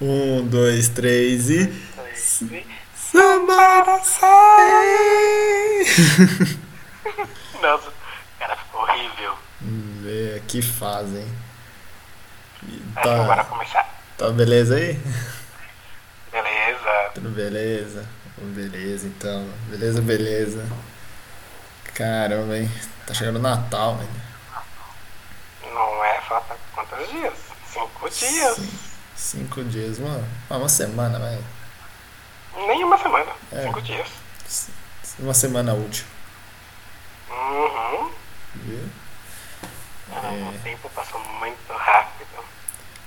um, dois, três e. Samara sai! Nossa, cara, ficou horrível. Vê que fazem. Acho que agora Tá, vai começar. tá beleza aí? Beleza. Tudo beleza? Ô, Beleza então. Beleza, beleza. Caramba, hein? Tá chegando o Natal, velho. Não é falta quantos dias? Cinco dias. Cin- Cinco dias, mano. Ah, uma semana, vai. Nem uma semana. É. Cinco dias. C- Uma semana útil, Uhum. Ah, viu? O tempo passou muito rápido.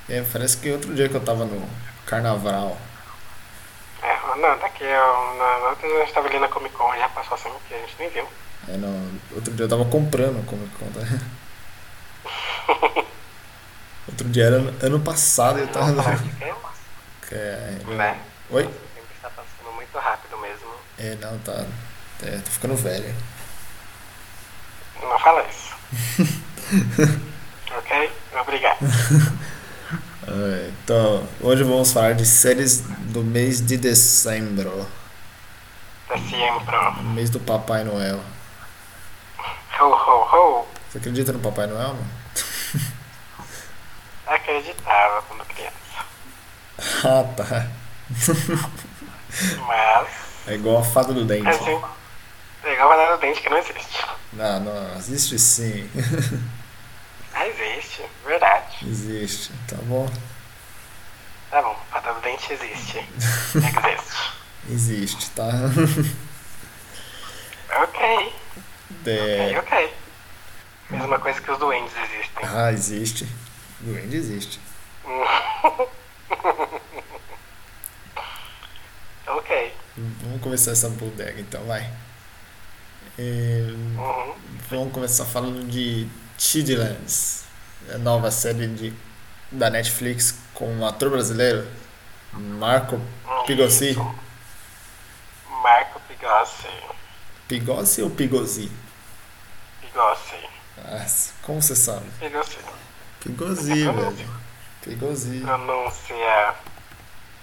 É, parece que outro dia que eu tava no carnaval. É, não, daqui eu, na, na, a gente tava ali na Comic Con, já passou assim que a gente nem viu. É, não, outro dia eu tava comprando Comic Con, tá? Outro dia era ano, ano passado eu tava. Nossa, no- mas que temas, tá É, eu- né? Oi? O tempo está passando muito rápido mesmo. É, não, tá. É, tô ficando velho. Não fala isso. ok? Obrigado. É, Então, hoje vamos falar de séries do mês de dezembro. Até sempre. Mês do Papai Noel. Ho, ho, ho. Você acredita no Papai Noel, mano? Acreditava quando criança. Ah, tá. Mas, É igual a fada do dente. assim, legal vai dar no dente que não existe. Não, não, existe sim. Ah, existe. Verdade. Existe, tá bom? Tá bom, fada do dente existe. Existe. Existe, tá? É Ok. Ok, É... ok. Mesma coisa que os doentes existem. Ah, existe. Duende existe. ok. Vamos começar essa bodega então, vai. É, Uhum. Vamos começar falando de Chidlands, a nova série de, da Netflix com um ator brasileiro, Marco Pigossi. Isso. Marco Pigossi. Pigossi ou Pigossi? Pigossi. Ah, como você sabe? Pigossi. Pigossi, velho. Pigossi. Pronúncia.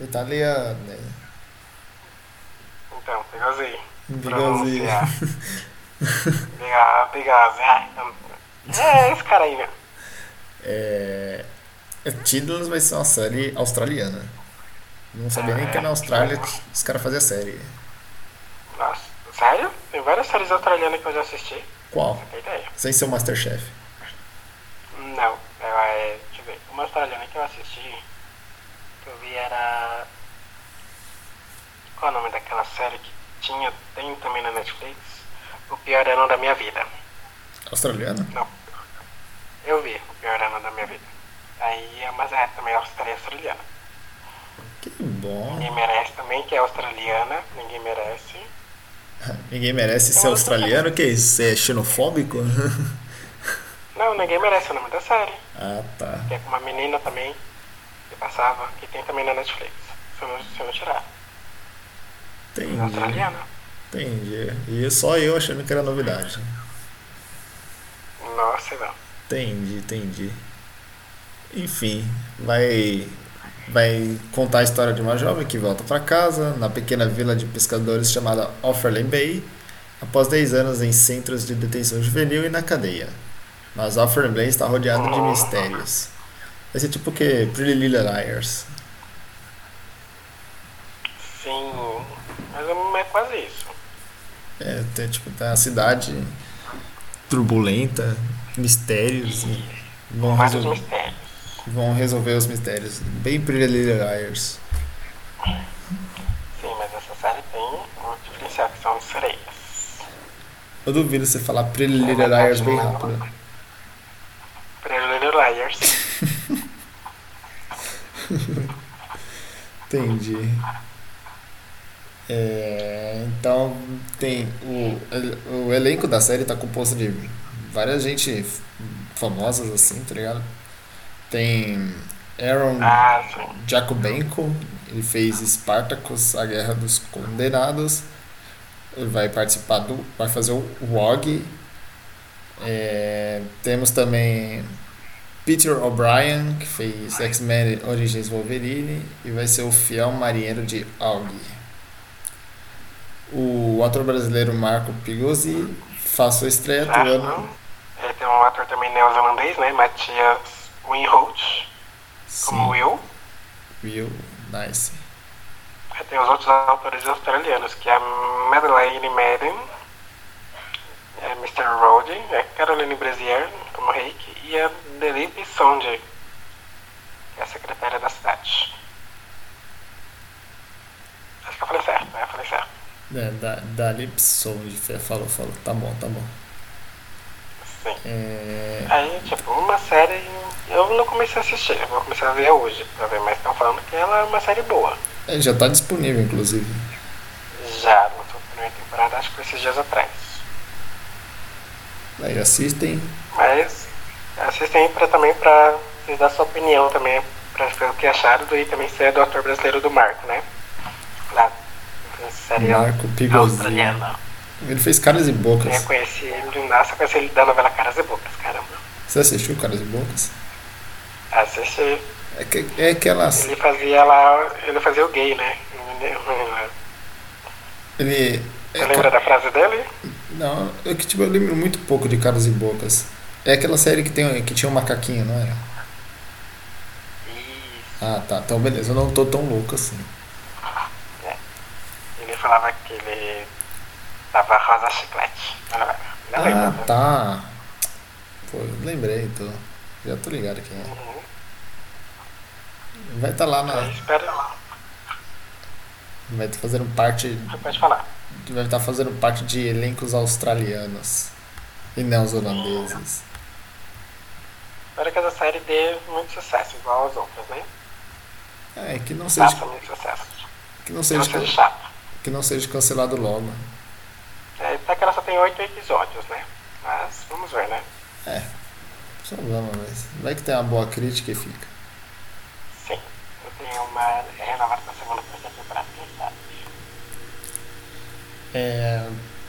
Italiano, né? Então, Pigossi. Pigossi. Pronúncia. Piga- Pigossi. Ah, então. É, esse cara aí, meu. É... Tidlands vai ser uma série australiana. Não sabia nem que na Austrália os caras faziam série. Nossa, sério? Tem várias séries australianas que eu já assisti. Qual? Você tem ideia? Sem ser o Masterchef. Não, eu, é, deixa eu ver. Uma australiana que eu assisti, que eu vi era. Qual é o nome daquela série que tinha, tem também na Netflix? O Pior Ano da Minha Vida. Australiana? Não. Eu vi o Pior Ano da Minha Vida. Aí, é- mas é também austrália australiana. Que bom. Ninguém merece também, que é australiana, ninguém merece. Ninguém merece ser australiano, que isso? É xenofóbico? Não, ninguém merece o nome da série. ah, tá. Que é com uma menina também que passava, que tem também na Netflix. Se eu não, se eu não tirar. Entendi. Australiana. Entendi. E só eu achando que era novidade. Nossa, não. Entendi, entendi. Enfim, vai vai contar a história de uma jovem que volta para casa na pequena vila de pescadores chamada Offerland Bay, após 10 anos em centros de detenção juvenil e na cadeia. Mas Offerland Bay está rodeada de mistérios. Vai ser tipo que Pretty Little Liars. Sim, mas é é quase isso. É, tem, tipo, tá a cidade turbulenta, mistérios. e Vão Vários resolver, mistérios. vão resolver os mistérios. Bem Pretty Little Liars. Sim, mas essa série tem um diferencial que são sereias. Eu duvido você falar Pretty Little Liars bem rápido. Pretty Little Liars. Entendi. É, então tem o, o elenco da série tá composto de várias gente f- famosas assim, tá ligado? Tem Aaron Ah, sim. Jacobenko, ele fez Spartacus, A Guerra dos Condenados. Ele vai participar do. Vai fazer o WOG. É, temos também Peter O'Brien, que fez X-Men Origins Wolverine, e vai ser o fiel marinheiro de Aug. O ator brasileiro Marco Pigozzi faz sua estreia Já atuando. Ah, não. Ele tem um ator também neozelandês, né? Matias Winholt, como Sim, Will. Will, nice. Aí tem os outros autores australianos, que é a Madeleine Madden, é Mr. Rhodey, é Caroline Brazier, como Reiki, e a Delipe Sonde, que é a secretária da cidade. Acho que eu falei certo, né? Eu falei certo. É, da, da Lipson, falou, falou. Tá bom, tá bom. Sim. É, Aí, tipo, uma série eu não comecei a assistir, eu vou começar a ver hoje pra ver, mas estão falando que ela é uma série boa. é, já tá disponível, inclusive. Já, na sua primeira temporada, acho que foi esses dias atrás. Aí assistem. Mas assistem pra, também pra vocês dar sua opinião também, pra ver o que acharam do, e também ser do ator brasileiro do Marco, né? Lá, da série Marco Pigozzi. australiana. Ele fez Caras e Bocas. Eu conheci ele, nossa, conheci ele da novela Caras e Bocas, caramba. Você assistiu Caras e Bocas? Assisti. É, que, é aquelas. Ele fazia lá, ele fazia o gay, né? Você Ele. é lembra da frase dele? Não, eu que tipo, eu lembro muito pouco de Caras e Bocas. É aquela série que, tem, que tinha um macaquinho, não era? Isso. Ah, tá. Então beleza, eu não tô tão louco assim. Ele falava que ele dava rosa chiclete na novela. Não Ah, lembro. né? tá. Pô, eu lembrei, tô. Já tô ligado quem é. Uhum. Vai tá lá Eu na. espero lá. É. Vai tá fazendo parte. Pode falar. Vai estar fazendo parte de elencos australianos. E não os holandeses. Espero que essa série dê muito sucesso, igual as outras, né? É, que não seja. Faça muito sucesso. Que não Não seja, seja chato. que não seja cancelado logo. É, até que ela só tem oito episódios, né? Mas vamos ver, né? Só vamos, mas. Vai que tem uma boa crítica e fica. Sim. Eu tenho uma é, renovada na segunda terceira temporada, né? quem sabe? É,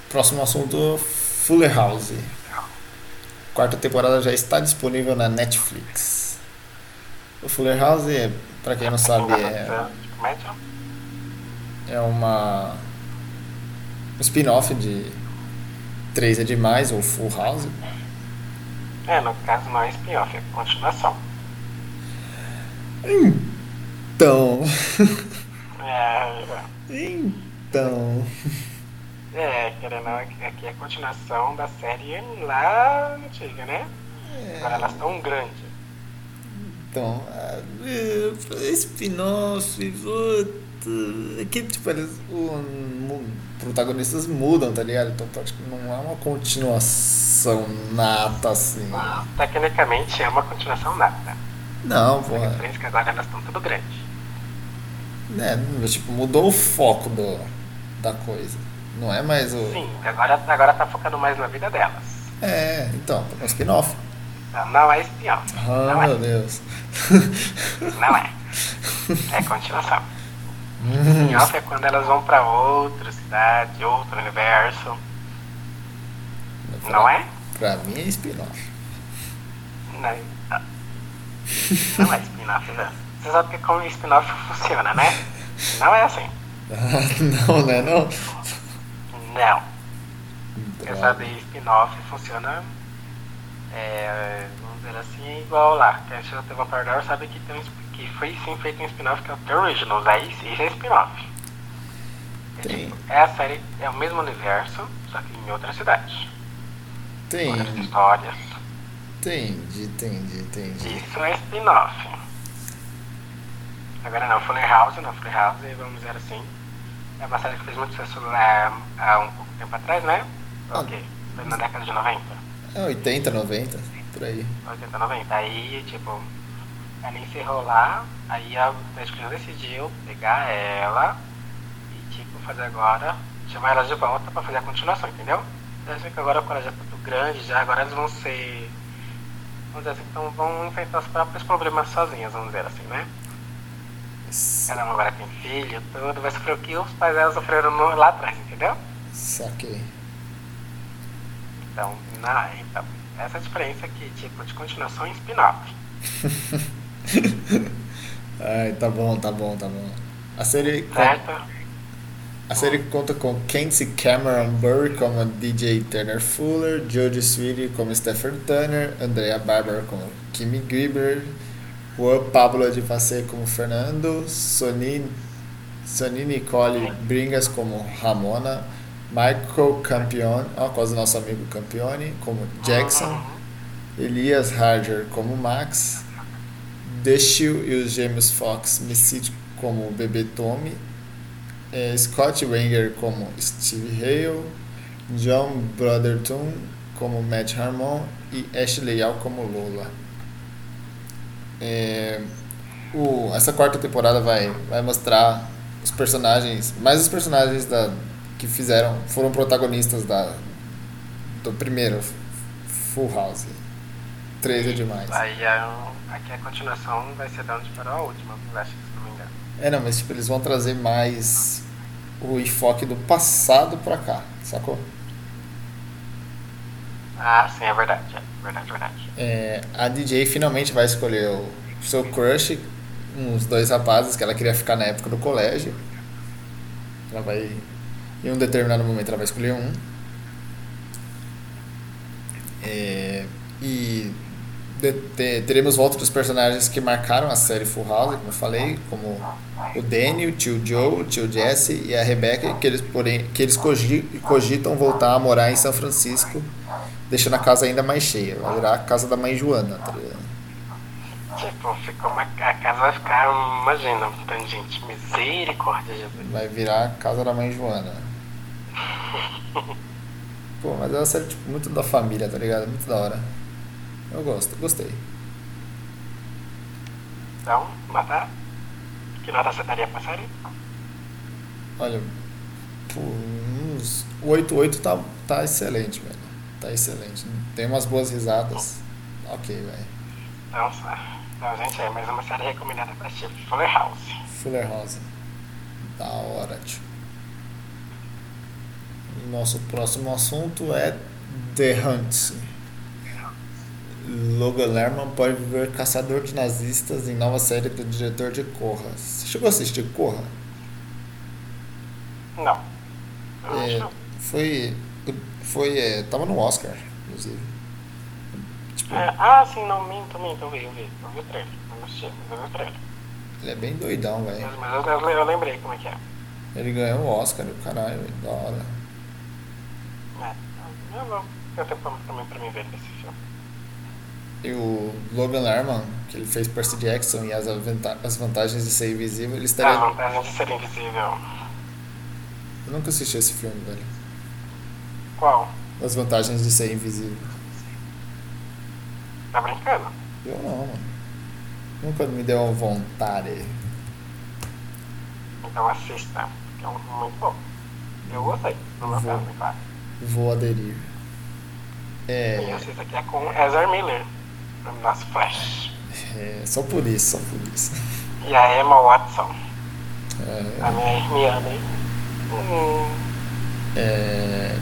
próximo assunto, Fuller House. Quarta temporada já está disponível na Netflix. O Fuller House, é, pra quem não sabe, Tá é, De comédia? é uma um spin-off de Três é demais ou Full House. É, no caso não é spin-off, é continuação. Então, É, então, é querendo ou não, aqui é a continuação da série lá antiga, né? É. Agora elas tão grandes. então, ah, é, spin-off, puta, é que tipo eles, o, mu- protagonistas mudam, tá ligado? Então praticamente não é uma continuação nata assim. Tecnicamente é uma continuação nada. Não, pô, A diferença é que agora elas estão tudo grandes. né? Tipo mudou o foco do da coisa. Não é mais o Sim, agora, agora tá focando mais na vida delas. É, então, é um spin-off. Então, não é spin-off. Ah, não é. meu Deus. Não é. É continuação. Spin-off é quando elas vão pra outra cidade, outro universo. Não é? Pra mim é spin-off. Não é, não é spin-off, né? Você sabe que como spin-off funciona, né? Não é assim. não, né? Não. Não. Quer saber, spin-off funciona. É, vamos dizer assim, igual lá. Quem assistiu The Vampire Diaries sabe que, tem um, sp- que foi sim feito um spin-off que é o The Originals. Aí isso é spin-off. É, Tem. tipo, é a série, é o mesmo universo, só que em outra cidade. Outras Tem, histórias. Entendi, entendi, entendi. Isso é spin-off. Agora não, Fuller House, não, Fuller House, vamos dizer assim. É uma série que fez muito sucesso lá, há um pouco tempo atrás, né? Ah. Ok. Foi na década de 90. É 80, 90, por aí. 80, 90. Aí, tipo, ela encerrou lá, aí a Netflix decidiu pegar ela e, tipo, fazer agora, chamar ela de volta pra fazer a continuação, entendeu? Eu acho que agora, quando ela já tá tudo grande, já agora eles vão ser. Vamos dizer assim, então vão enfrentar os próprios problemas sozinhas, vamos dizer assim, né? Cada uma agora tem filho, tudo, vai sofrer o que os pais dela sofreram no- lá atrás, entendeu? Saquei. Então, na, então essa é a diferença que, tipo, de continuação é spin-off. Ai, tá bom, tá bom, tá bom. A série, con- Certo? a série conta com Kenzie Cameron Burr como DJ Turner Fuller, Jodie Sweetie como Stephen Turner, Andrea Barbara como Kimmy Grieber, Juan Pablo de Passe como Fernando, Sonin, Sonin Nicole Bringas como Ramona, Michael Campione, ó, quase nosso amigo Campione, como Jackson, Uhum. Ah. Elias Harger como Max, Deshill e os gêmeos Fox Messi como o bebê Tommy, eh, Scott Wenger como Steve Hale, John Brotherton como Matt Harmon e Ashley Yao como Lola. Eh, o- essa quarta temporada vai, vai mostrar os personagens, mais os personagens da, que fizeram, foram protagonistas da, do primeiro Full House. Três é demais. Aí é um- aqui a continuação vai ser da onde parou a última, eu acho, se não me engano. É, não, mas tipo, eles vão trazer mais o enfoque do passado pra cá, sacou? Ah, sim, é verdade. É verdade, verdade. É, a DJ finalmente vai escolher o seu crush, uns dois rapazes que ela queria ficar na época do colégio. Ela vai, em um determinado momento, ela vai escolher um. É, e de- te- teremos volta dos personagens que marcaram a série Full House, como eu falei, como o Danny, o tio Joe, o tio Jesse e a Rebecca, que eles, porém, que eles cogi- cogitam voltar a morar em São Francisco, deixando a casa ainda mais cheia. Vai virar a casa da mãe Joana, tá ligado? Tipo, ficou uma, a casa vai ficar, imagina, um tanto de gente. Misericórdia, Jesus. Vai virar a casa da mãe Joana. Pô, mas é uma série tipo, muito da família, tá ligado? Muito da hora. Eu gosto, gostei. Então, matar? Que nota você daria pra série? Olha, pô, uns 8-8 tá, tá excelente, velho. Tá excelente. Tem umas boas risadas. Ok, velho. Então, só- então, gente, é mais uma série recomendada pra Chip Fuller House. Fuller House. Da hora, tio. Nosso próximo assunto é The Hunt. Logan Lerman pode viver caçador de nazistas em nova série do diretor de Corra. Você chegou a assistir Corra? Não. Eu É, acho- foi. Foi. é, tava no Oscar, inclusive. Tipo, É, ah, sim, não, minto, minto, eu vi, eu vi. Eu vi o trailer, eu não assisti, mas eu vi o trailer. ele é bem doidão, velho. Mas, mas eu, eu, eu lembrei como é que é. Ele ganhou o Oscar, caralho, velho, da hora. É, eu vou. Eu tenho pra- também pra mim ver esse filme. E o Logan Lerman, que ele fez Percy Jackson e as, aventa- as vantagens de ser invisível, ele As estaria. vantagens de ser invisível. Eu nunca assisti esse filme, velho. Qual? As vantagens de ser invisível. Tá brincando? Eu não, mano. Nunca me deu vontade. Então assista, que é um filme muito bom. Eu gostei, não Vou. meu caso, claro. Vou aderir. E É, assista que é com Ezra Miller, o nosso Flash. é. Só por isso, só por isso. E a Emma Watson, a É, minha Hermione. Hum, é,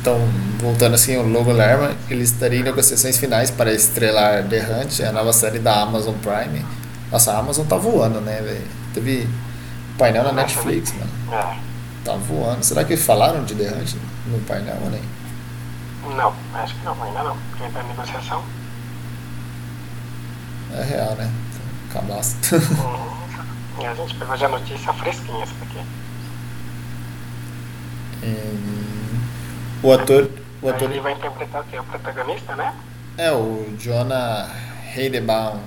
então, voltando assim, o Logan Lerman, ele estaria em negociações finais para estrelar The Hunt, a nova série da Amazon Prime. Nossa, a Amazon tá voando, né, velho? Teve painel na Netflix, mano. é. Tá voando. Será que falaram de The Hunt no painel, né? Não, acho que não, ainda não. Porque tá em negociação. É real, né? Cabaço. Hum, e a gente pegou já notícia fresquinha essa daqui. Em- É, o ator. O Aí ator. ele vai interpretar o quê? O protagonista, né? É, o Jonah Heidebaum.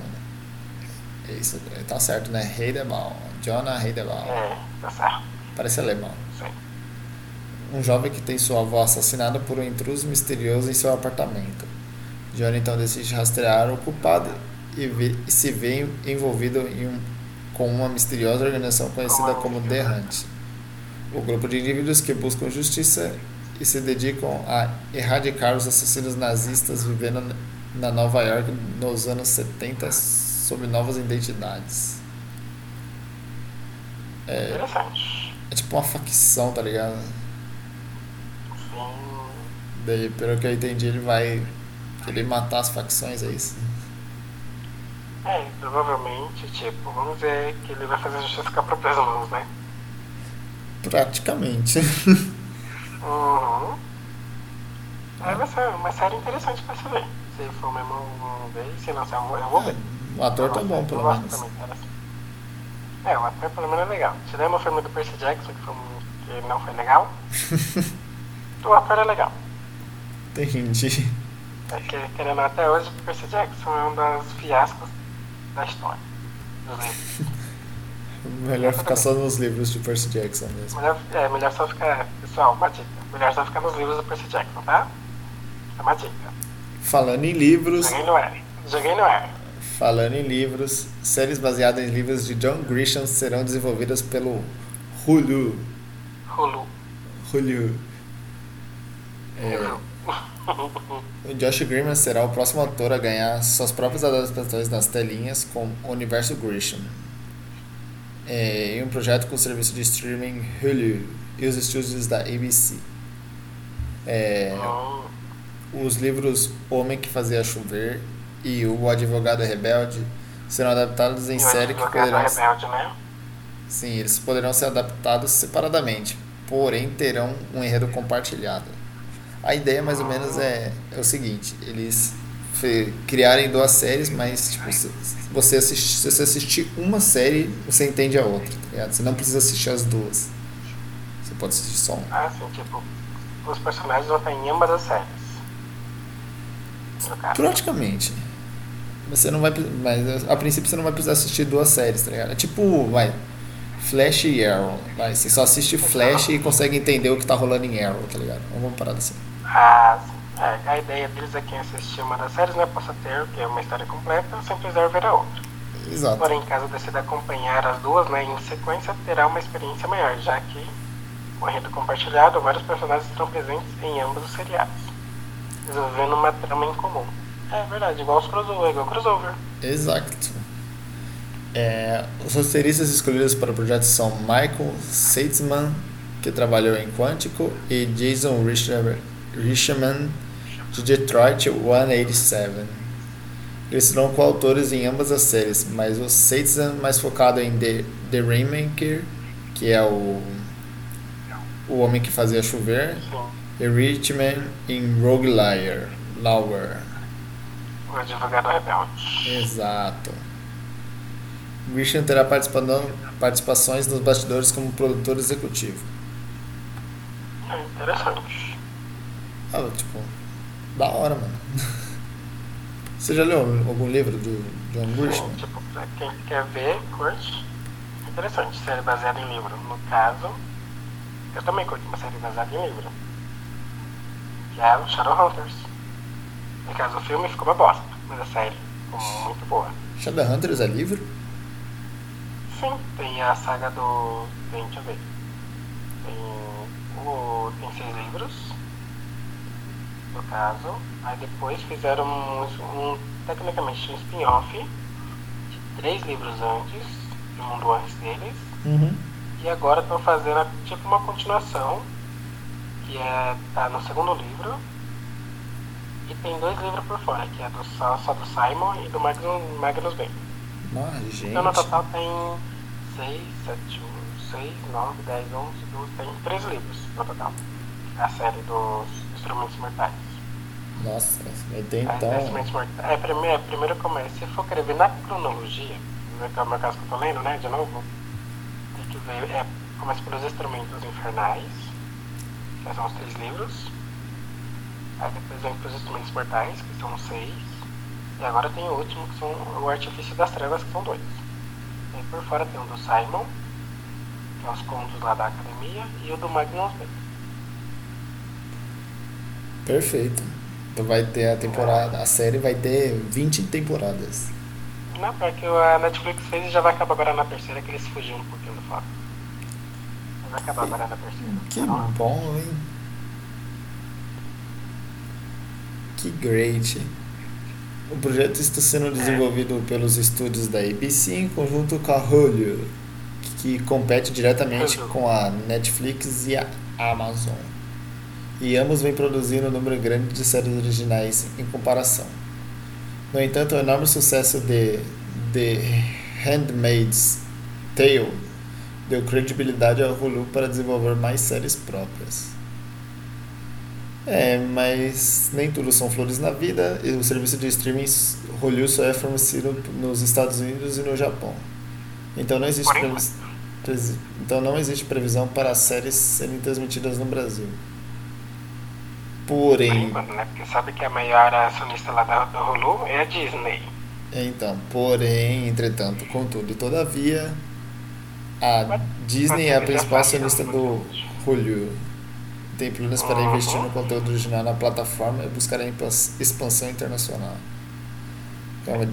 É isso, tá certo, né? Heidebaum. Jonah Heidebaum. É, tá certo. Parece alemão. Sim. Um jovem que tem sua avó assassinada por um intruso misterioso em seu apartamento. Johnny então decide rastrear o culpado e, vê- e se vê envolvido em um- com uma misteriosa organização conhecida como The Hunt. O grupo de indivíduos que buscam justiça e se dedicam a erradicar os assassinos nazistas vivendo na Nova York nos anos 70 sob novas identidades. É, Interessante. é tipo uma facção, tá ligado? Sim. Daí, pelo que eu entendi, ele vai querer matar as facções, é isso? É, provavelmente, tipo, vamos dizer que ele vai fazer justiça com as próprias mãos, né? Praticamente. Uhum. É, vai ser uma série interessante pra se ver. Se for mesmo, vamos ver. Se não, se é um eu vou, eu vou ver. O ator Ah, tá Eu gosto- bom, eu pelo gosto menos. também, parece. É, o ator pelo menos é legal. Tirando o filme do Percy Jackson, que, foi, um- que não foi legal, o ator é legal. Entendi. Porque, querendo ou não, até hoje, o Percy Jackson é um dos fiascos da história. Dos livros. Melhor ficar só nos livros de Percy Jackson mesmo. Melhor, é, melhor só ficar. Pessoal, uma dica. Melhor só ficar nos livros do Percy Jackson, tá? É uma dica. Falando em livros, Joguei no ar. Joguei no ar. falando em livros, séries baseadas em livros de John Grisham serão desenvolvidas pelo Hulu. Hulu. Hulu. É. Hulu. O Josh Grisham será o próximo ator a ganhar suas próprias adaptações nas telinhas com o universo Grisham. É, em um projeto com o serviço de streaming Hulu e os estúdios da ABC. É, Hum. os livros Homem que Fazia Chover e O Advogado Rebelde serão adaptados em E o série que Advogado poderão. Rebelde, né? Sim, eles poderão ser adaptados separadamente, porém terão um enredo compartilhado. A ideia mais ou menos é, é o seguinte, eles fe- criarem duas séries, mas tipo, se se você, assistir, se você assistir uma série, você entende a outra, tá ligado? Você não precisa assistir as duas. Você pode assistir só uma. Ah, sim, tipo, os personagens vão estar em ambas as séries. No caso. Praticamente. Você não vai. pre- Mas a princípio você não vai precisar assistir duas séries, tá ligado? É tipo, vai. Flash e Arrow. Vai, você só assiste Flash e consegue entender o que tá rolando em Arrow, tá ligado? Alguma parada assim. Ah, sim. É, a ideia deles é que quem assistir uma das séries, né, possa ter o que é uma história completa sem precisar ver a outra. Exato. Porém, caso decida acompanhar as duas, né, em sequência, terá uma experiência maior, já que o enredo compartilhado, vários personagens estão presentes em ambos os seriados, resolvendo uma trama em comum. É verdade, igual os crossover, igual crossover. Exato. É, os roteiristas escolhidos para o projeto são Michael Seitzman, que trabalhou em Quântico, e Jason Richner- Richman, de Detroit 187. Eles serão coautores em ambas as séries, mas o Seitzman mais focado em The, The Rainmaker, que é o, o homem que fazia chover, Sim, e Richman em Rogue Liar, Lauer. o advogado rebelde. Exato. Grisham terá participando- participações nos bastidores como produtor executivo. É interessante. Ah, tipo, da hora, mano. Você já leu algum livro do John Grisham? Sim, tipo, pra quem quer ver, curte. Interessante, série baseada em livro. No caso, eu também curto uma série baseada em livro. Que é o Shadowhunters. No caso, o filme ficou uma bosta, mas a série ficou muito boa. Shadowhunters é livro? Sim, tem a saga do. Tem, deixa eu ver. Tem, o, tem seis livros, no caso. Aí depois fizeram um, um tecnicamente um spin-off de três livros antes, de um mundo antes deles. Uhum. E agora estão fazendo tipo uma continuação, que é tá no segundo livro. E tem dois livros por fora, que é do, só, só do Simon e do Magnus, Magnus Bacon. Ah, gente. Então no total tem um, 6, 7, 6, 9, 10, 11, 12, tem 3 livros no total. É A série dos Instrumentos Mortais. Nossa, vai ter A- então. Instrumentos Mortais. É, primeiro, primeiro começa, se for escrever na cronologia, né, que é o meu caso que eu tô lendo, né, de novo, tem que ver, é, começa pelos Instrumentos Infernais, que são os três livros. Aí depois vem pros Instrumentos Mortais, que são seis. E agora tem o último, que são o Artifício das Trevas, que são dois. Aí por fora tem o do Simon, que é os contos lá da academia, e o do Magnus Beck. Perfeito. Então vai ter a temporada. A série vai ter 20 temporadas. Não, pior que a Netflix fez e já vai acabar agora na terceira, que eles fugiram um pouquinho do foco. Mas Vai acabar agora na terceira. Que Então, bom, hein? Que great. O projeto está sendo desenvolvido pelos estúdios da ABC em conjunto com a Hulu, que compete diretamente Hulu. com a Netflix e a Amazon. e ambos vêm produzindo um número grande de séries originais em comparação. No entanto, o enorme sucesso de The Handmaid's Tale deu credibilidade ao Hulu para desenvolver mais séries próprias. É, mas nem tudo são flores na vida e o serviço de streaming Hulu só é fornecido nos Estados Unidos e no Japão. Então não existe, Por previs- presi- então não existe previsão para as séries serem transmitidas no Brasil. Por Porém, enquanto, né? Porque sabe que a maior acionista lá da- do Hulu é a Disney. Então, porém, entretanto, contudo e todavia, a Disney é a principal acionista do Hulu. Tem planos para investir no conteúdo original na plataforma e buscar a impans- expansão internacional. Então, Aí vai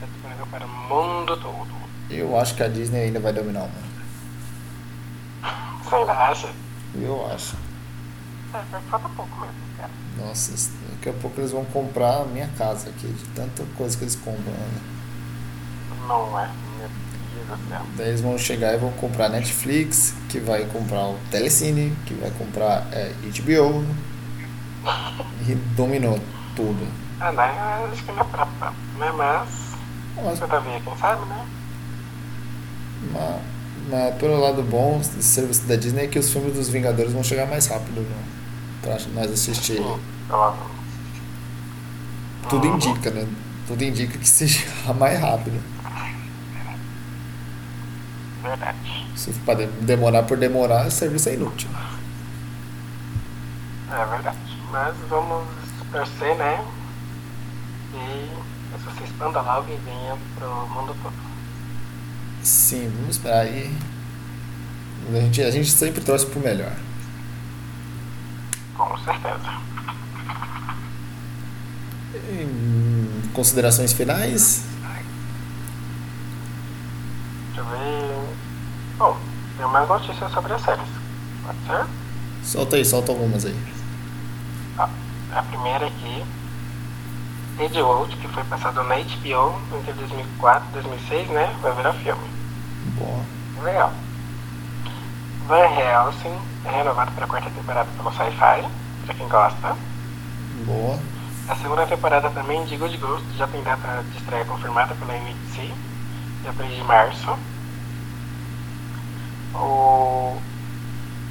ser disponível para o mundo todo. eu acho que a Disney ainda vai dominar o mundo. Você ainda acha? Eu acho. É, vai- falta pouco mesmo, cara. Nossa, daqui a pouco eles vão comprar a minha casa aqui, de tanta coisa que eles compram. Né? Não é, meu Deus do céu. Daí eles vão chegar e vão comprar Netflix, que vai comprar o Telecine, que vai comprar é, HBO, e dominou tudo. Ah, não, acho que não é pra tanto, né? Mas, Mas, todavia, quem sabe, né? mas, mas pelo lado bom do serviço da Disney é que os filmes dos Vingadores vão chegar mais rápido no, pra nós assistir. provavelmente. Tudo indica, né? Tudo indica que seja mais rápido. Verdade. Se pra de- demorar por demorar, o serviço é inútil. É verdade. Mas vamos torcer, né? E isso se expanda logo e venha pro mundo todo. Sim, vamos esperar aí. A gente, a gente sempre torce pro melhor. Com certeza. Hum, considerações finais? Deixa eu ver. Bom, tem mais notícias sobre as séries. Pode ser? Solta aí, solta algumas aí. Ah, a primeira aqui. Age Old, que foi passado na HBO entre 2004 e 2006, né? Vai virar filme. Boa. Legal. Van Helsing é renovado para a quarta temporada pelo Sci-Fi, pra quem gosta. Boa. A segunda temporada também de Good Ghost já tem data de estreia confirmada pela NBC, dia 3 de março. O...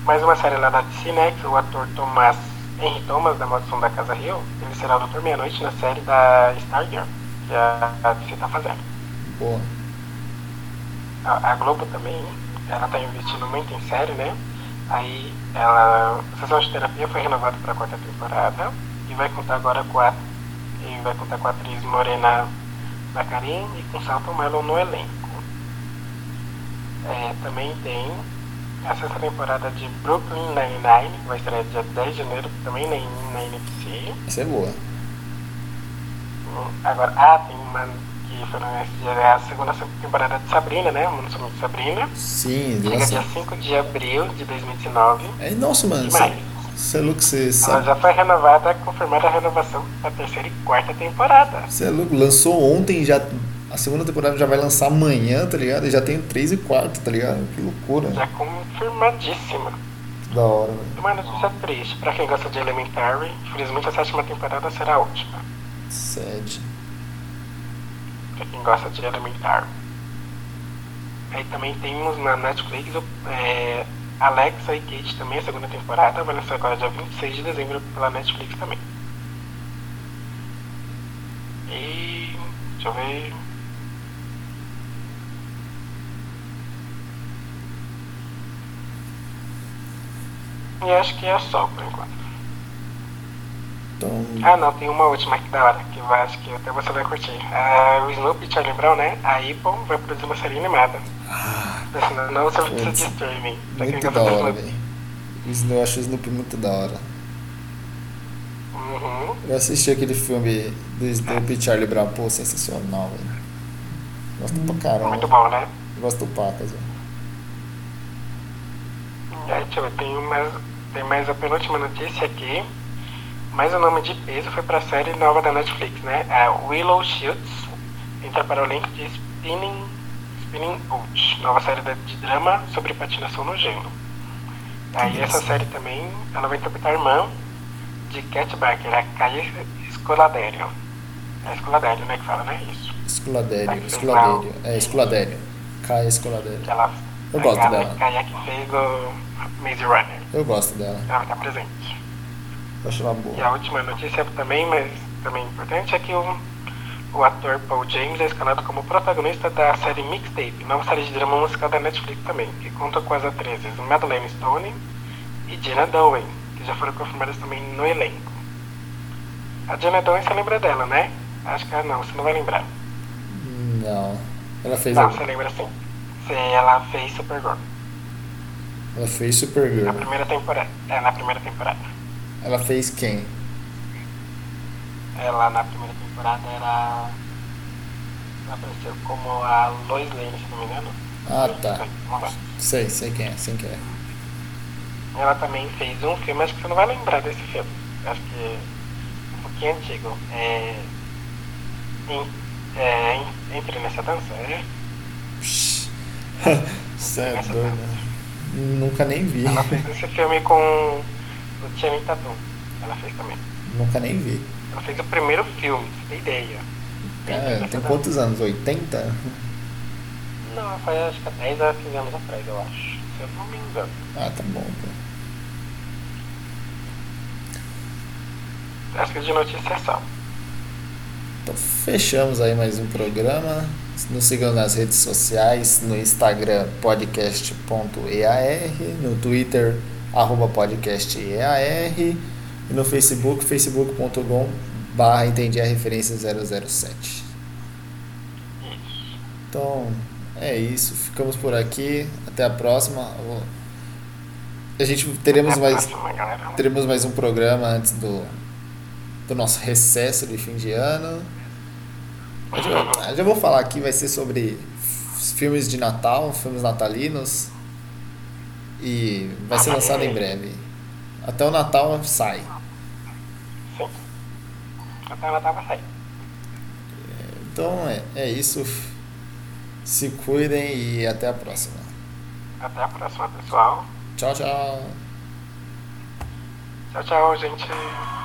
Mais uma série lá da DC, né, que o ator Thomas Henry Thomas, da Maldição da Casa Rio, ele será o Doutor Meia-Noite na série da Stargirl, que a a DC tá fazendo. Boa. A, a Globo também, ela tá investindo muito em série, né? Aí ela. A sessão de terapia foi renovada para a quarta temporada e vai contar agora com a. E vai contar com a atriz Morena Macarim e com Salto Melo no elenco. É, também tem a sexta temporada de Brooklyn Nine-Nine, que vai estrear dia 10 de janeiro, também na, na NBC. Essa é boa. Hum, Agora, ah, tem uma que foi na é a segunda temporada de Sabrina, né? O mundo Sumido de Sabrina. Sim, Chega dia nossa. 5 de abril de 2019. É, nossa, mano. Demais. Você é louco, você Ela sabe. já foi renovada, confirmada a renovação da terceira e quarta temporada. Você é louco. Lançou ontem, já. A segunda temporada já vai lançar amanhã, tá ligado? E já tem 3 e 4, tá ligado? Que loucura. Já confirmadíssima. Que da hora, velho. Uma notícia triste pra quem gosta de Elementary. Infelizmente, a sétima temporada será a última. Sede. Pra quem gosta de Elementary. Aí também temos na Netflix o, é, Alexa e Kate também, a segunda temporada. Vai lançar agora dia 26 de dezembro pela Netflix também. E. Deixa eu ver. E acho que é só por enquanto. Então. Ah não, tem uma última aqui da hora, que eu acho que até você vai curtir. Ah, o Snoopy e Charlie Brown, né? A Apple vai produzir uma série animada. Ah, Não, não você precisa de Putz. streaming. Pra quem muito gosta da do hora, Snoopy. velho. Isso- Eu acho o Snoopy muito da hora. Uhum. Eu assisti aquele filme do Ah. Snoopy e Charlie Brown, pô, sensacional, velho. Gosto pra caramba. Muito bom, né? Gosto do Pacas, velho. E aí, É, deixa eu ver, tem mais, tem mais a penúltima notícia aqui. Mas o nome de peso foi pra série nova da Netflix, né? A Willow Shields entra para o link de Spinning, Spinning Boot, nova série da- de drama sobre patinação no gelo. Aí essa série também, ela vai interpretar a irmã de Cat Barker, a Caia Escoladério. É Escoladério, né, que fala, né? Isso. Esculadério, Tá, esculadério. legal. É, esculadério. Caia esculadério. Que ela, é Eu gosto a dela. Caia que fez o Maze Runner. Eu gosto dela. Ela vai estar presente. Eu acho ela E boa. a última notícia é também, mas também importante, é que o, o ator Paul James é escalado como protagonista da série Mixtape, nova série de drama musical da Netflix também, que conta com as atrizes Madeleine Stone e Gina Dowen, que já foram confirmadas também no elenco. A Gina Dowen, você lembra dela, né? Acho que ah, não, você não vai lembrar. Não. Ela fez, Não, algum- você lembra sim. Você, ela fez Supergirl, ela fez na Supergirl. primeira temporada. É, na primeira temporada. Ela fez quem? Ela É, na primeira temporada era. Ela apareceu como a Lois Lane, se não me engano. Ah, Não tá. sei, vamos lá. Sei, sei quem é, sei quem é. Ela também fez um filme, acho que você não vai lembrar desse filme. Acho que é um pouquinho antigo. É. em- é, em- Entre nessa dança, é? Psh. Você é doido. Nunca nem vi. Ela fez esse filme com o Channing Tatum. Ela fez também. Nunca nem vi. Ela fez o primeiro filme, pra você tem ideia. Cara, tem quantos anos? 80? Não, ela faz acho que há 10 a 15 anos atrás, eu acho. Se eu não me engano. Ah, tá bom. pô. Acho que de notícia é só. Então fechamos aí mais um programa. Nos sigam nas redes sociais, no Instagram podcast.ear, no Twitter arroba podcast.ear e no Facebook facebook.com barra entendi a referência 007. Isso. Então, é isso. Ficamos por aqui. Até a próxima. O- A gente teremos Até a mais, próxima, galera. teremos mais um programa antes do, do nosso recesso de fim de ano. Eu já, eu já vou falar aqui, vai ser sobre f- filmes de Natal, filmes natalinos. E vai ser lançado em breve. Até o Natal sai. Sim. Até ela tava saindo. Então é, é isso. Se cuidem e até a próxima. Até a próxima, pessoal. Tchau, tchau. Tchau, tchau, gente.